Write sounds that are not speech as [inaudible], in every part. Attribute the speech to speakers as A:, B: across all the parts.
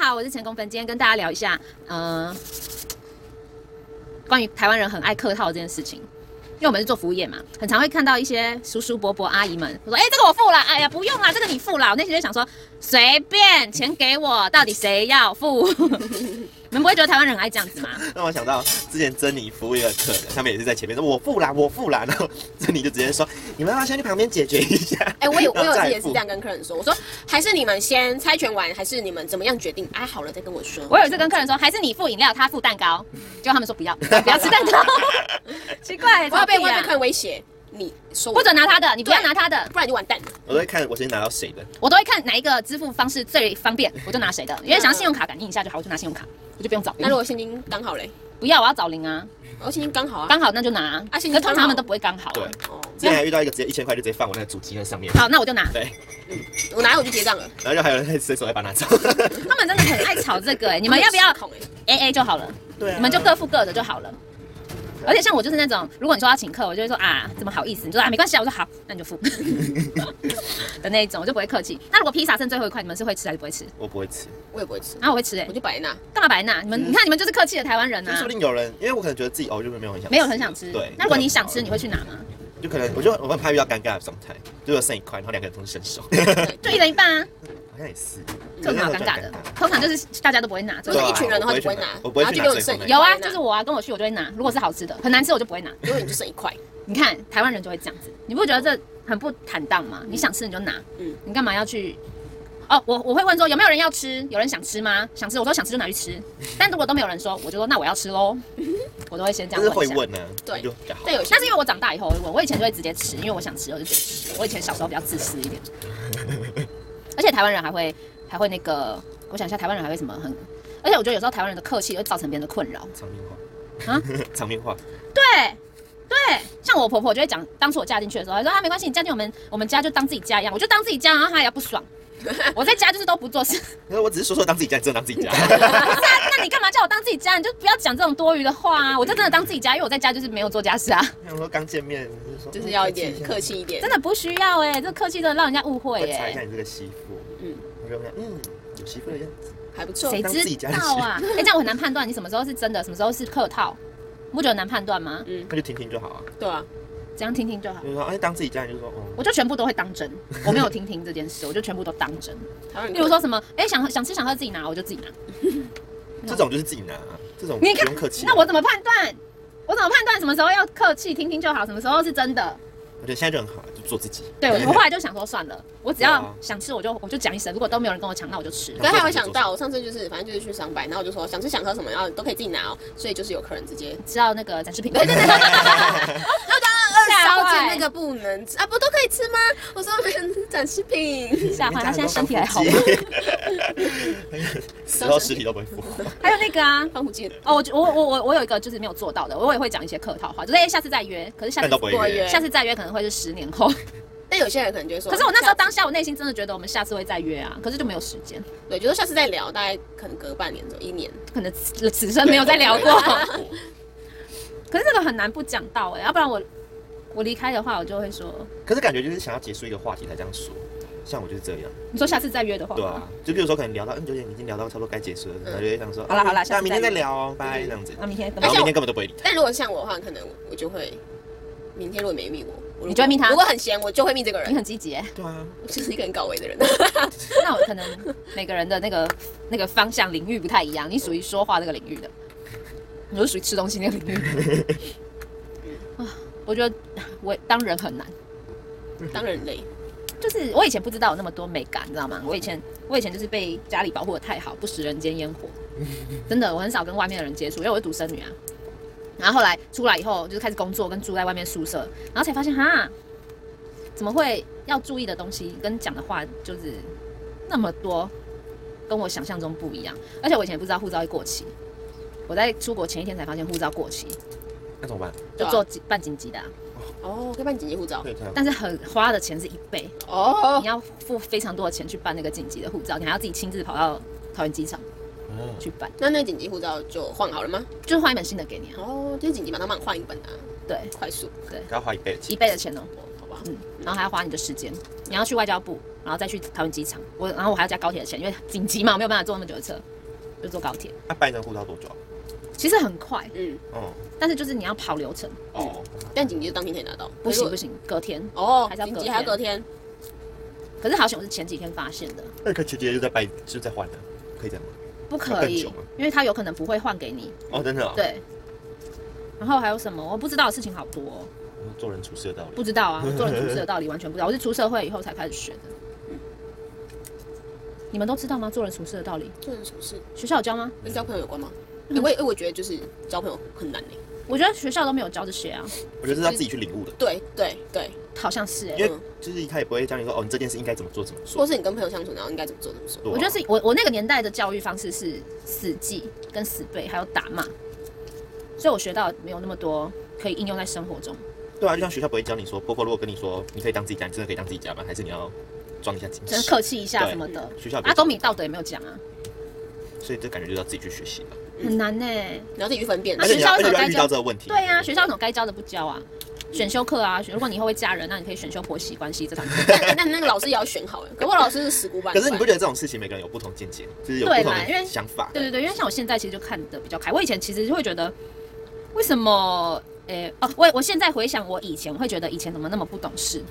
A: 好，我是陈公芬，今天跟大家聊一下，呃，关于台湾人很爱客套这件事情。因为我们是做服务业嘛，很常会看到一些叔叔伯伯阿姨们说：“哎、这个我付了，哎呀，不用啦，这个你付啦。”我内心就想说：“随便，钱给我，到底谁要付？” [laughs] 你们不会觉得台湾人很爱这样子吗？
B: [laughs] 让我想到之前珍妮服务一个客人，他们也是在前面说“我付啦，我付啦”，然后珍妮就直接说：“你们要不要先去旁边解决一下
C: 哎、我有我有
B: 再
C: 次也是
B: 付
C: 这样跟客人说，我说还是你们先猜拳完，还是你们怎么样决定？哎、好了再跟我说。
A: 我有一次跟客人说：“还是你付饮料，他付蛋糕。”结果他们说：“不要，不要吃蛋糕。” [laughs] 奇怪，
C: 我要被
A: 怎
C: 我
A: 么
C: 要
A: 可以
C: 被客
A: 啊
C: 人威胁，你说我
A: 不准拿他的，你不要
C: 对
A: 拿他的。
C: 不然你就完蛋。”
B: 我都会看我先拿到谁的，
A: 我都会看哪一个支付方式最方便，我就拿谁的。因为想要信用卡感应一下就好，我就拿信用卡，我就不用找零。
C: 那如果现金刚好嘞，
A: 不要，我要找零啊，
C: 我现金刚好啊。
A: 刚好那就拿啊。
C: 啊
A: 可
C: 信
A: 是
C: 用
A: 通常
C: 卡
A: 他们都不会刚好啊。
B: 对
C: 哦，
B: 之前还遇到一个直接一千块就直接放我那个主机那上面，
A: 好，那我就拿。
B: 对，
C: 我拿我就结账啊了。
B: 然后就还有人在随手来把它拿走，
A: 他们真的很爱吵这个哎、你们要不
C: [laughs]
A: 要
C: 他们很失控
A: A A 就好了？
B: [laughs] 对啊
A: 你们就各付各的就好了。而且像我就是那种，如果你说要请客，我就会说啊，怎么好意思？你就说啊，没关系啊，我说好，那你就付 [laughs] 的那一种，我就不会客气。那如果披萨剩最后一块，你们是会吃还是不会吃？
B: 我不会吃。
C: 欸？我也不会吃，
A: 然后我会吃哎、
C: 我就
A: [laughs]
C: 摆在那。
A: 干嘛白拿？你们、你看你们就是客气的台湾人
B: 嗯就
A: 啊
B: 说不，定有人，因为我可能觉得自己哦，就是没有很想，
A: 没有很想吃。
B: 对。
A: 那如果你想吃，你会去拿吗？
B: 就可能我就我很怕遇到尴尬的状态，就有剩一块，然后两个人同时伸手， [laughs]
A: 就一人一半啊，
B: 好像也是，
A: 这种好尴尬的。通常嗯就是大家都不会拿，就
C: 如
A: 是
B: 对
C: 果
B: 啊
C: 是一群人的话就不会拿，
B: 我不会
C: 然后
B: 去
C: 就
B: 拿
C: 给我剩一
B: 我不会去拿
C: 块
A: 有啊，就是我啊，跟我去我就会拿。如果是好吃的，很难吃我就不会拿。
C: 因为你就剩一块，
A: 你看台湾人就会这样子，你不觉得这很不坦荡吗？你想吃你就拿，嗯
C: 嗯，
A: 你干嘛要去？哦，我我会问说有没有人要吃，有人想吃吗？想吃，我说想吃就拿去吃。但如果都没有人说，我就说那我要吃 [laughs] 喽，我都会先这
B: 就
A: 样
B: 是
A: 问
B: 会
A: 一下。
B: 问呢，
C: 对
B: 就比较好。
C: 但有些
A: 那是因为我长大以后会问，我以前就会直接吃，因为我想吃我就直接吃。我以前小时候比较自私 [laughs] 一点，而且台湾人还会还会那个，我想一下，台湾人还会什么很，而且我觉得有时候台湾人的客气会造成别人的困扰。
B: 场面话
A: 啊，
B: [laughs] 场面话，
A: 对对，像我婆婆就会讲，当初我嫁进去的时候，她说啊没关系，你嫁进我们我们家就当自己家一样，我就当自己家，然后她也不 [laughs] 爽。我在家就是都不做 [laughs] 事，
B: 因为我只是说说当自己家，真的当自
C: [laughs]
B: 己家。
A: 不是啊？那你干嘛叫我当自己家？你就不要讲这种多余的话啊！我就真的当自己家，因为我在家就是没有做家事啊，
B: 我说刚见面，就说
C: 就是要一点客，气一点
A: 真。的不需要哎、这客气真的让人家误
B: 嗯
A: 会
B: 客气一下我
A: 哎、
B: 查一下你这个媳妇，
C: 嗯，
B: 我就看，嗯，有媳妇的样子，
C: 还不错
A: 谁。
B: 当自
A: 知
B: 己家的
A: 道 [laughs] 啊？哎、这样我很难判断你什么时候是真的，什么时候是客套，你不觉得很难判断吗？
C: 嗯，
B: 那就听听就好啊。
C: 对啊，
A: 这样听听就好。
B: 就是说，哎，当自己家，你就说，哦，
A: 我就全部都会当真，我没有听听这件事，我就全部都当真。
C: 台湾人。
A: 例如说什么，哎、想想吃想喝自己拿，我就自己拿。
B: 这种就是自己拿啊，这种不
A: 你看
B: 用客气。
A: 那我怎么判断？我怎么判断什么时候要客气，听听就好，什么时候是真的？
B: 我觉得现在就很好，就做自己。
A: 对我后来就想说，算了，我只要
B: 哇
A: 想吃我就我就讲一声，如果都没有人跟我抢，那我就吃。
C: 可是还有想到，我上次就是反正就是去上班，然后我就说想吃想喝什么，然后都可以自己拿哦。所以就是有客人直接
A: 吃到那个展示品，对对对对对，
C: 烧姐那个不能吃啊，不都可以吃吗？我说我们展示
A: [laughs]
C: 品，
A: 吓坏他，现在身体还
B: [laughs]
A: 好吗？
B: 死后尸体都不会复活。
A: 还有那个啊，
C: 防腐剂
A: 哦，我我我我我有一个就是没有做到的，我也会讲一些客套话，就是哎、下次再约，可是下
B: 但
A: 次
B: 都不 [laughs] 会约
C: 约
A: 下次再约可能会是十年后，
C: [laughs] 但有些人可能就会说，
A: 可是我那时候当下我内心真的觉得我们下次会再约啊，可是就没有时间，
C: 对，就是下次再聊，大概可能隔半年左右，一年。
A: 可能此此生没有再聊过。可是这个很难不讲到哎、要不然我我离开的话，我就会说，
B: [laughs] 可是感觉就是想要结束一个话题才这样说，像我就是这样，
A: 你说下次再约的话，
B: 对啊，就比如说可能聊到嗯九点已经聊到差不多该结束了，然后就会想说，
A: 嗯好啦好啦下次再嗯
B: 那明天再聊哦，拜这样子，
A: 那明天等
B: 然
C: 而
B: 后
C: 且
B: 明
C: 我
B: 天根本都不会理他，
C: 但如果像我的话，可能我就会明天如果没密我，我如果
A: 你就会密他
C: 如果很闲，我就会密这个
A: 你
C: 人。
A: 很积极、欸，
B: 对啊，
C: 我就是一个很搞味的人，
A: [laughs] 那我可能每个人的那个那个方向领域不太一样，你属于说话那个领域的，我是属于吃东西那个领域的。 [laughs] 啊，我觉得 [laughs] 我当人很难，
C: 当然累。
A: 就是我以前不知道有那么多美感，你知道吗？我以前我以前就是被家里保护的太好，不食人间烟
C: [laughs]
A: 火，真的，我很少跟外面的人接触，因为我是独生女啊。然后后来出来以后，就是开始工作，跟住在外面宿舍，然后才发现哈，怎么会要注意的东西跟讲的话就是那么多，跟我想象中不一样。而且我以前也不知道护照会过期，我在出国前一天才发现护照过期，
B: 那怎么办？
A: 就
C: 对啊
A: 做紧办紧急的啊、
C: 哦，可以帮你剪辑护照
B: 对啊这样
A: 但是很花的钱是一倍，
C: 哦
A: 你。要付非常多的钱去办那个紧急的护照，你还要自己亲自跑到桃园机场
B: 哦
A: 去办，
C: 那那个紧急护照就换好了吗？
A: 就是换一本新的给你啊。
C: 哦，就是紧急马上帮你换一本啊，
A: 对，
C: 快速，
B: 给他花一倍的
A: 一
B: 钱，
A: 倍的钱哦、
C: 哦好吧？
A: 嗯，然后还要花你的时间，你要去外交部，然后再去桃园机场，我然后我还要加高铁的钱，因为紧急嘛，我没有办法坐那么久的车，就坐高铁，
B: 那白人护照多久啊？
A: 其实很快，
C: 嗯，
B: 嗯，
A: 但是就是你要跑流程，
B: 哦，
C: 但紧急就当天可以拿到，
B: 哎
A: 不行
C: 可
A: 不
C: 是
A: 行，隔天。
C: 我哦，
A: 还是要
C: 紧
A: 隔
C: 急
A: 天
C: 还要隔天，
A: 可是好险我是前几天发现的，
B: 那可以直接就在白就在换的，可以这样吗？
A: 不可以
B: 要更久吗，
A: 因为他有可能不会换给你。
B: 哦，真的、哦，，
A: 嗯对。然后还有什么？我不知道的事情好多哦、
B: 嗯做人处事的道理
A: 不。知道啊，做人处事的道理完全不知道。我 [laughs] 是出社会以后才开始学的。你们都知道吗？做人处事的道理，
C: 做人处事
A: 学校有教吗？
C: 跟交朋友有关吗？
B: 嗯
C: 欸我也欸我觉得就是交朋友很难呢。欸
A: 我觉得学校都没有教这些啊，
B: 我觉得是他自己去领悟
A: 嗯
B: 的，
C: 对对对，
A: 好像是哎、
B: 因为就是他也不会教你说哦，你这件事应该怎么做怎么做。
C: 或是你跟朋友相处，然后应该怎么做怎么说。
B: 对啊
A: 我觉得是我我那个年代的教育方式是死记跟死背，还有打骂，所以我学到没有那么多可以应用在生活中。
B: 对啊，就像学校不会教你说，波波如果跟你说你可以当自己家，你真的可以当自己家吗？还是你要装一下矜
A: 真啊
B: 持？
A: 客气一下什么的。
B: 学校不会
A: 阿东米道德也没有讲啊，
B: 所以这感觉就是要自己去学习了。
A: 很难呢、
C: 你要自己去分辨
A: 那
B: 而。且你要
A: 学校
B: 而且
A: 有
B: 要
A: 该
B: 遇
A: 教
B: 到这个问题。
A: 对啊呀、学校怎么该教的不教啊？选修课啊，如果你以后会嫁人，那你可以选修婆媳关系这堂课。
C: 但但 [laughs] 那个老师也要
B: [laughs]
C: 选好哎，可我老师是死古板。
B: 可是你不觉得这种事情每个人有不同见解，就是有不
A: 对
B: 同
A: 啦因为
B: 的想法？
A: 对对对，因为像我现在其实就看的比较开，我以前其实就会觉得，为什么？诶、哦，我我现在回想我以前，我会觉得以前怎么那么不懂事，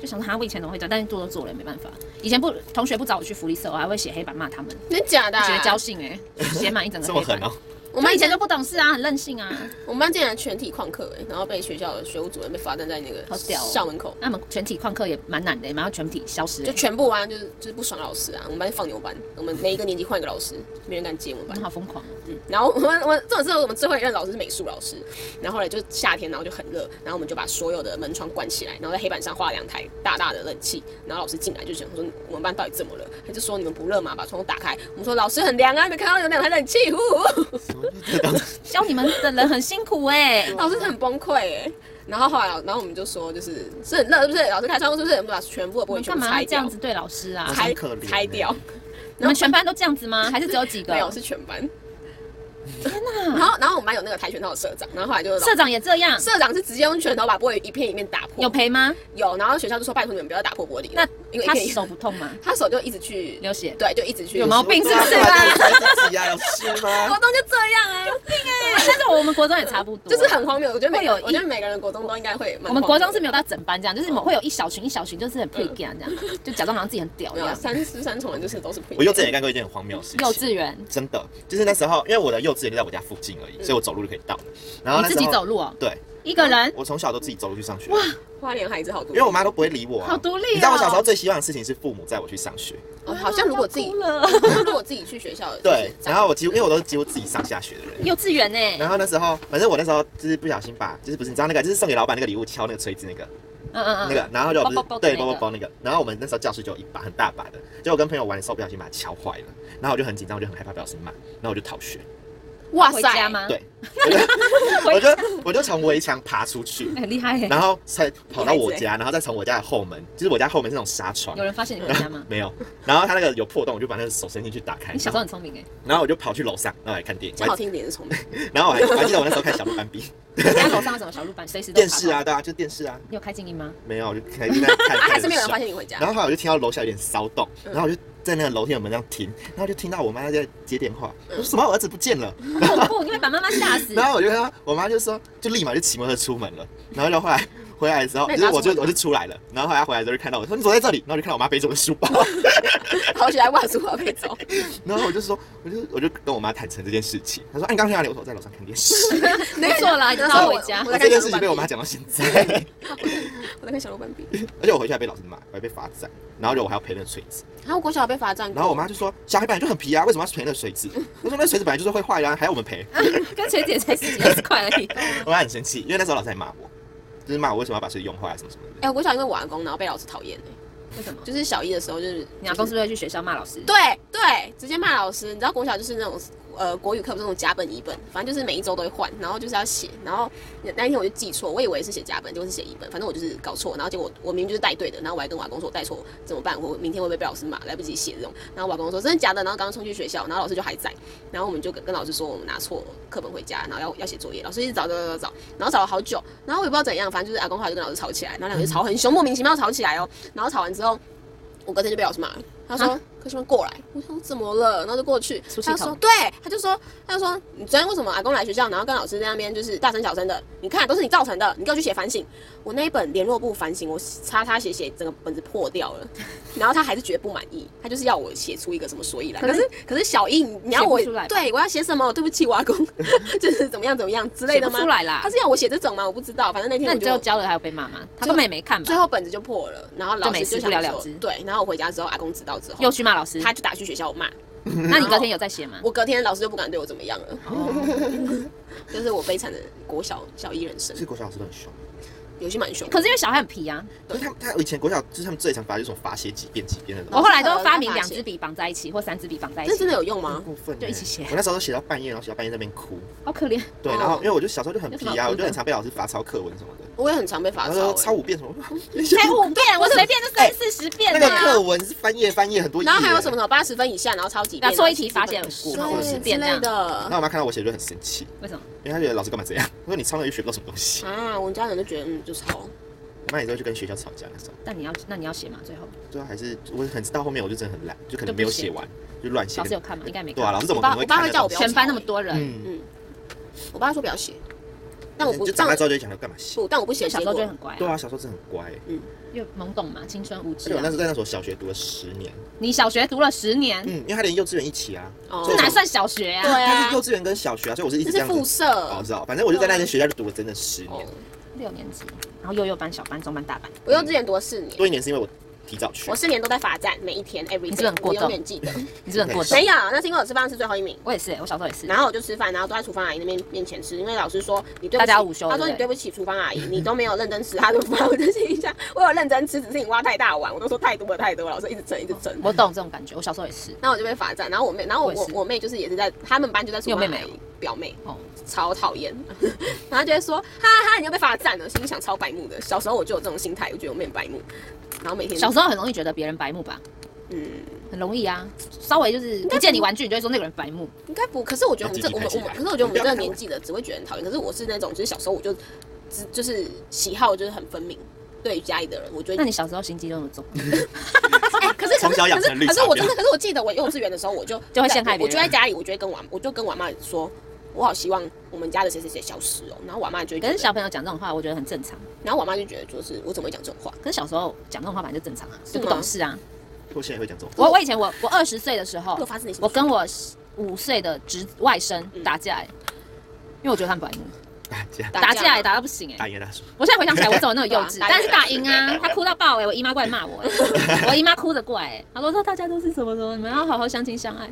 A: 就想说哈，我以前怎么会这样？但是做都做了，也没办法。以前不同学不找我去福利社，我还会写黑板骂他们，
C: 真的假的啊？
A: 觉得交兴哎、写满一整个
B: 这么
A: 黑
B: 狠
A: 板。
B: 哦、
A: 我
C: 我
A: 们
C: 们
A: 以
C: 以
A: 前
C: 前
A: 就
C: 就
A: 不懂事啊，很任性啊。
C: 我们班竟然全体旷课哎，然后被学校的学务主任被罚站在那个
A: 好屌哦
C: 校门口，
A: 那我们全体旷课也蛮难的，也蛮要全体消失
C: 就
A: 的，
C: 全部啊，就是就是不爽老师啊。我们班放牛班，我们每一个年级换一个老师，没人敢接我们
A: 我
C: 班
A: 们。好疯狂哦。
C: 嗯然后我们我这种时候，我们最后一任老师是美术老师，然后后来就夏天，然后就很热，然后我们就把所有的门窗关起来，然后在黑板上画两台大大的冷气，然后老师进来就想说嗯我们班到底怎么了？他就说你们不热吗？把窗户打开。我们说老师很凉啊，没看到有两台冷气，
A: [laughs]
C: 呼呼
A: 教你们的人很辛苦
C: [laughs]
A: 哎、
C: 老师很崩溃哎。然后后来，然后我们就说就是是很热，是不是？老师开窗户是不是？我们把全部的
A: 我
C: 玻璃
A: 们
C: 全
A: 干
C: 部
A: 嘛
C: 拆
A: 要这
C: 掉
A: 样子，对老师啊？
C: 拆
B: 好可怜欸
C: 拆掉，
A: 你们全班都这样子吗？还是只有几个？
C: 没有是全班。
A: 天
C: 然
A: 哪！
C: 后然后我们班有那个跆拳道的社长，然后后来就
A: 社长也这样，
C: 社长是直接用拳头把玻璃一片一片打破，
A: 有赔吗？
C: 有，然后学校就说拜托你们不要打破玻璃。
A: 那
C: 因为
A: 他
C: 一片
A: 手不痛吗？
C: 他手就一直去
A: 流血
C: 对，就一直去
A: 有毛病是不是 [laughs]
B: 对
A: 啊？
B: 啊对啊自己啊，有事
C: 国
B: 吗？
C: 中就这样啊，
B: 欸
A: [laughs] 但是我们国中也差不多，
C: 就是很荒谬。我觉得每
A: 会有
C: 个，我觉得每个人国中都应该会蛮荒谬的。
A: 我们国中是没有到整班这样，就是我
B: 哦
A: 们会有一小群一小群，就是很 p r e 这样，就假装好像自己很屌一
C: 没有
A: 样。
B: [laughs]
C: 三十三重人就是都是不一样
B: [laughs] 我幼稚园也干过一件很荒谬的事情。
A: 幼稚园，
B: 真的，就是那时候，因为我的幼稚园就在我家附近而已，所以我走路就可以到。然
A: 嗯
B: 后
A: 你
B: 那
A: 自
B: 时候
A: 己走路哦，
B: 对，
A: 一个人，
B: 我从小都自己走路去上学，
C: 花莲孩子好多，
B: 因为我妈都不会理我、啊，
A: 好独立哦
B: 你知道我小时候最希望的事情是父母载我去上学，
C: 哦好像如果自己
A: 啊要哭，了， [laughs]
C: 好像如果自己去学校，
B: 对。然后我几乎因为我都是几乎自己上下学的人。
A: 幼稚园欸
B: 然
A: 呢？
B: 后那时候，反正我那时候就是不小心把，就是不是你知道那个，就是送给老板那个礼物，敲那个锤子那个，
A: 嗯嗯嗯，
B: 那个，然后就不
A: 包包包
B: 是
A: 的
B: 对
A: 那个
B: 包包包那个，然后我们那时候教室就有一把很大把的，结果我跟朋友玩的时候不小心把它敲坏了，然后我就很紧张，我就很害怕被老师骂，然后我就逃学，
C: 哇
A: 回家？吗？ [laughs]
B: 对，我就我就我就从围墙爬出去，
A: 哎很厉害耶！
B: 然后才跑到我家，然后再从我家的后门，就是我家后门是那种纱窗？
A: 有，人发现你回家吗
B: [laughs] 没有，然后它那个有破洞，我就把那个手伸进去打开
A: 你，小时候很聪明欸
B: [laughs] 然后我就跑去楼上，然后来看电影，
C: 讲好听一点是从
B: 然后我还我还记得我那时候看小鹿
A: [laughs]
B: 斑比
A: 哎，家楼上有什么小鹿斑，随时都
B: 电
A: 爬
B: 视
A: 到
B: 啊，，对啊，就电视啊，
A: 你有开静音吗？ [laughs]
B: 没有，我就开始在看，
C: 啊，
B: 看
C: 还是没有人
B: 得爽
C: 发现你回家
B: 然。后后来我就听到楼下有点骚动，
C: 嗯
B: 然后我就在那个楼梯的门上停，然后就听到我妈在接电话，我说什么我儿子不见了，
A: 恐怖，你会把妈妈吓死。
B: 然后我就跟她，我妈就说，就立马就骑摩托车出门了，然后就后来。回来的时候，
C: 那
B: 就
C: 你
B: 是
C: 拿
B: 我
C: 出
B: 就
C: 门
B: 我就出来了，然后后来她回来之后就看到我说你走在这里，然后就看到我妈背着我的书包，
C: 跑起来袜子我被走，
A: [laughs]
B: 然后我就说我就我就跟我妈坦诚这件事情，她说啊你刚去哪里？我说我在楼上看电视，
A: 没错啦，就
C: 然
A: 是
C: 后
A: 回家
C: 我。
B: 我
C: 在
B: 这
C: 看
B: 件事
C: 小
B: 情
C: 鹿斑
B: 被
C: 比，
B: 我妈讲到现在，
C: 我在看小鹿斑比。
B: 而且我回去还被老师骂，我还被罚站，然后就我还要赔那个锤子，
C: 然后国小被罚站，
B: 然后我妈就说小孩本来就很皮啊，为什么要赔那个锤子？我说那锤子本来就是会坏的、啊，还要我们赔？
A: 跟锤姐才十几二十块
B: [laughs]
A: 而已，
B: 我妈很生气，因为那时候老师还骂我，就是骂我为什么要把水用坏啊什么什么的。
C: 哎，我国小因为我阿公，然后被老师讨厌哎，
A: 为什么？
C: 就是小一的时候就是
A: 你阿公是不是会去学校骂老师？
C: 对对，直接骂老师。你知道国小就是那种呃国语课不是那种甲本乙本，反正就是每一周都会换，然后就是要写。然后那一天我就记错，我以为是写甲本，结果是写乙本，反正我就是搞错。然后结果我明明就是带对的，然后我还跟我阿公说我带错怎么办？我明天会不会被老师骂？来不及写这种。然后我阿公说真的假的？然后刚刚冲去学校，然后老师就还在，然后我们就跟跟老师说我们拿错课本回家，然后要要写作业。老师一直找找找找找，然后找了好久，然后我也不知道怎样，反正就是阿公后来就跟老师吵起来，然后两个人就吵很凶，莫名其妙吵起来哦。然后吵完之后，我隔天就被老师骂了，他说。
A: 啊
C: 可科学过来，我想说怎么了，然后就过去
A: 出，气
C: 他
A: 筒
C: 说对，他就说他就说你昨天为什么阿公来学校，然后跟老师在那边就是大声小声的，你看都是你造成的，你给我去写反省。我那一本联络簿反省，我擦擦写写，整个本子破掉
A: [laughs]
C: 了，然后他还是觉得不满意，他就是要我写出一个什么所以然。
A: 可
C: 可
A: 是
C: 是可是小易，你要我
A: 写不出来吧
C: 对我要写什么？对不起，我阿公， [laughs] 就是怎么样怎么样之类
A: 写
C: 的
A: 不
C: 吗
A: 出？来啦
C: 他。是要我写这种吗？我不知道，反正那天
A: 那你
C: 我
A: 最后交了还有被骂吗？他根本也没看吧
C: 最？后本子就破了，然后老
A: 就没
C: 师就
A: 事不
C: 想
A: 了了
C: 说
A: 之
C: 对，然后我回家之后，阿公知道之后
A: 又，去骂老师？
C: 他就打去学校骂
A: 那你隔天有在写吗？
C: 我，隔天老师就不敢对我怎么样了， [laughs]
A: 哦
C: 就是我悲惨的国小小一人生，
B: 所以国小老师都很凶。
C: 有些蛮凶的。
A: 可是因为小孩很皮啊，
B: 可是他们他以前国小就是他们最常罚就是什么罚写几遍几遍的那
A: 我
B: 种，
A: 后来都发明两支笔绑在一起，或三支笔绑在一
C: 这真
A: 起，
C: 的有用吗？
B: 过分欸。
A: 就一起写
B: 我那时候都写到半夜，然后写到半夜在那边哭。
A: 好可
C: [laughs]
A: 怜。
B: 对，
C: 哦
B: 然后因为我就小时候就很皮
A: 有什么
B: 啊，
A: 好
B: 我
A: 哭的
B: 就很常被老师罚抄课文什么的。
C: 我也很常被罚
B: 然
C: 抄
B: 后
C: 欸、
B: 抄五遍什么，
A: 才
C: [laughs]
A: 五遍，啊我随便就三四十遍
B: 那个
A: 啊。
B: 课文是翻页翻页很多页。欸
C: 然后还有什么？什么八十分以下，然后抄几
A: 那
C: 遍，
A: 错一题罚写
C: 对
A: 五
B: 然后
A: 五
B: 是
A: 十
C: 之
A: 遍这
C: 类
A: 样，
B: 然后
C: 的。
B: 我妈看到我写就很生气，
A: 为什么？
B: 因为她觉得老师干嘛这样？ [laughs] 我说你抄了又学不到什么东西。
C: 啊，我们家人都觉得嗯，就抄。
B: 我妈也是会去跟学校吵架那种。
A: 但你要那你要写吗？最后
B: 最后啊还是我很到后面我就真的很懒，就可能没有写完就乱写
A: 老。师有看吗？应该没
B: 对啊，
A: 看。
B: 老师怎么
C: 我爸
B: 可能会
C: 我爸
B: 看
C: 会
B: 得
C: 叫
B: 懂
C: 我不要
A: 全班那么多人，
B: 嗯，
C: 我爸说不要写，但我不，
B: 就
C: 但
B: 长大
C: 我
B: 之后就会想要干嘛写。
C: 不，但我不写
A: 小
C: 结
A: 时候
C: 果
A: 就。很乖啊，
B: 对啊，小时候真的很乖欸。
A: 因为懵懂嘛，青春无
B: 而
A: 知
B: 且我
A: 啊
B: 那时。候在那所小学读了十年，
A: 你小学读了十年，
B: 嗯，因为他连幼稚园一起啊，
C: 哦
B: 所
A: 这
B: 以我
A: 哪算小学
C: 对
A: 啊？
B: 他
C: 啊
B: 是幼，稚园跟小学啊，所以我是一
C: 这
B: 直这
C: 是
B: 样
C: 辐
B: 子。
C: 射。
B: 哦，我知道，反正我就在那间学校就读了整整十
C: 哦
B: 年，
A: 六年级，然后幼幼班、小班、中班、大班，
C: 我幼稚园读了四年。
B: 多一年是因为我提早去啊
C: 我。四年都在罚站，每一天 every
A: 你是不是
C: day，
A: 很过
C: 我
A: 动
C: 永远记得。
A: 你是不是很过
C: 没
A: 动？
C: 有，那是因为我吃饭是最后一名，
A: 我也是欸，我小时候也是。
C: 然后我就吃饭，然后都在厨房阿姨那边面前吃，因为老师说你对不
A: 大
C: 起
A: 家午休
C: 他
A: 对不
C: 说
A: 对
C: 你对不起厨房阿姨，你都没有认真吃他的饭。我 [laughs] 就心里想，我有认真吃，只是你挖太大碗，我都说太多了太多了，老师一直整一直整。
A: 我懂这种感觉，我小时候也是。
C: 然后我就被罚站，然后我妹，然后我
A: 我也
C: 我
A: 是
C: 我妹就是也是在他们班就在厨
A: 你有
C: 房
A: 妹
C: 阿
A: 妹
C: 姨表妹，
A: 哦，
C: 超讨厌， [laughs] 然后就会说哈哈，你又被罚站了，心里想超白目的。小时候我就有这种心态，我觉得我妹很白目，然后每天
A: 小时候很容易觉得别人白目吧，
C: 嗯
A: 很容易啊，稍微就是不见你玩具，你就会说那个人白目。
C: 应该不，可是我觉得我们这
B: 要积极
C: 我们
B: 开
C: 我
B: 心
C: 们，
B: 啊
C: 可是我觉得我们这个年纪的只会觉得很讨厌。可是我是那种，就是小时候我就，只就是喜好就是很分明，对于家里的人，我觉
A: 那
C: 得。
A: 你小时候心机那么 [laughs] 重，
C: 哎，可是
B: 从小养
C: 可是
B: 成绿
C: 可是
B: 茶
C: 我真
B: 婊
C: 的，可是我记得我幼稚园的时候，我就
A: [laughs] 就会陷害别人
C: 我就在家里，我就会跟我我就跟我妈说，我好希望我们家的谁谁谁消失哦。然后我妈就会觉
A: 可
C: 得
A: 是小朋友讲这种话，我觉得很正常。
C: 然后我妈就觉得就是我怎么会讲这种话？
A: 可是小时候讲这种话本来就正常啊，就不
C: 吗
A: 懂事啊。
B: 我现在也会讲这种话。
A: 我我以前我我二十岁的时候
C: 又，发生了什
A: 我
C: 么事？
A: 跟我五岁的侄外甥打架、欸，因为我觉得他们白目，
B: 打架，
A: 打架也打到不行哎、
B: 打啊赢大叔，
A: 我现在回想起来，我怎么那么幼稚？
C: 打
A: 但是打赢啊，他哭到爆哎、我姨妈过来骂我、欸， [laughs] 我姨妈哭着过来、欸，她说大家都是什么什么，你们要好好相亲相 [laughs] 爱。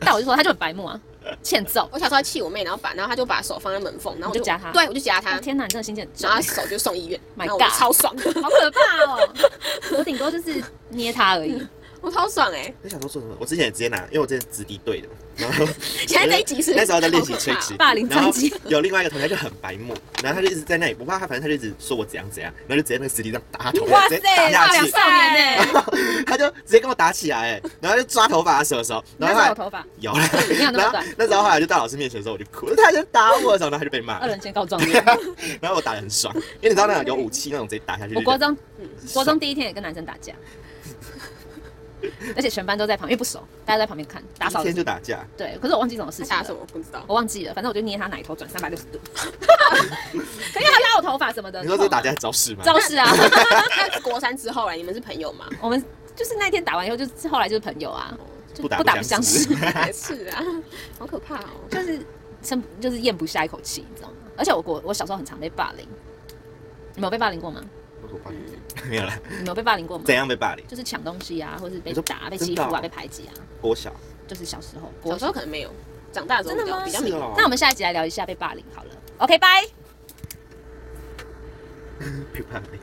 A: 但我就说他就很白目啊，欠揍。
C: 我小时候还气我妹，然后把然后她就把手放在门缝，然后我
A: 你就夹她
C: 对我就夹她，
A: 天哪，你真的心机很重
C: 然，后她手就送医院，
A: My
C: 然后我就
A: God
C: 超爽，
A: 啊 [laughs] 好可怕哦、 [laughs] 我顶多就是捏他而 [laughs] 已。
C: 我超爽
A: 欸
C: 哎！
B: 你小时候做什么？我之前也直接拿，因为我之前子弟队的，然后
C: [laughs] 现在这一集是
B: 那时候在练习吹纸笛，
A: 霸凌
B: 然
A: 战
B: 后
A: 绩
B: 有另外一个同学就很白目，然后他就一直在那里，我不怕他，反正他就一直说我怎样怎样，然后就直接那个纸笛这样打他头，直接
A: 大
B: 打下
A: 两
B: 去，
A: 少年哎、
B: 他就直接跟我打起来，哎然后就抓头发啊什么时候，
A: 你
B: 然
A: 那
B: 后
A: 时
B: 后
A: 候
B: 来
A: 有头发，
B: 有了
A: 你哪有，那么
B: 然后
A: 短
B: 那时候后来就到老师面前的时候我就哭，他就打我，然后他就被骂
A: 二
B: 了，
A: 人先告状
B: [laughs]
A: 元。
B: 然后我打的很爽，因为你知道那种有武器那种直接打下去，
A: 我国中
C: 嗯
A: 国中第一天也跟男生打架，而且全班都在旁边，因为不熟，大家在旁边看打
B: 打
A: 扫
B: 一。天就打架，
A: 对，可是我忘记什么事情
C: 打什
A: 了，[laughs]
C: 么我不知道。 [laughs]
A: 我忘记了，反正我就捏他奶头转三百六
B: [laughs]
A: 十度，可是他拉我头发什么的。
B: 你说这是
A: 痛啊
B: 打架的招式吗？
A: 招式啊， [laughs]
C: 那国三之后来，欸你们是朋友吗？
A: 我们就是那天打完以后，就是后来就是朋友啊，就
C: [laughs]
B: 不打
A: 不
B: 不
A: 相
B: 相
A: 识
B: 识，
C: 也是 [laughs] 啊，好可怕哦。
A: 就是撑就是咽不下一口气，你知道吗？而且我国我小时候很常被霸凌，你们有被霸凌过吗？
B: 我霸凌 [laughs] 没有啦，
A: 你们有被霸凌过吗？
B: 怎样被霸凌？
A: 就是抢东西啊，或是被
B: 你说
A: 打、被
B: 真
A: 欺
B: 的
A: 负啊、
B: 哦
A: 被排挤啊，
B: 国小 [laughs]
A: 就是小时候。
C: 小时候可能没有，长大之后比
A: 真的
C: 较
A: 吗
C: 比较
B: 是
C: 敏感。
B: 哦，
A: 那我们下一集来聊一下被霸凌好了。OK，拜。
B: 被霸凌。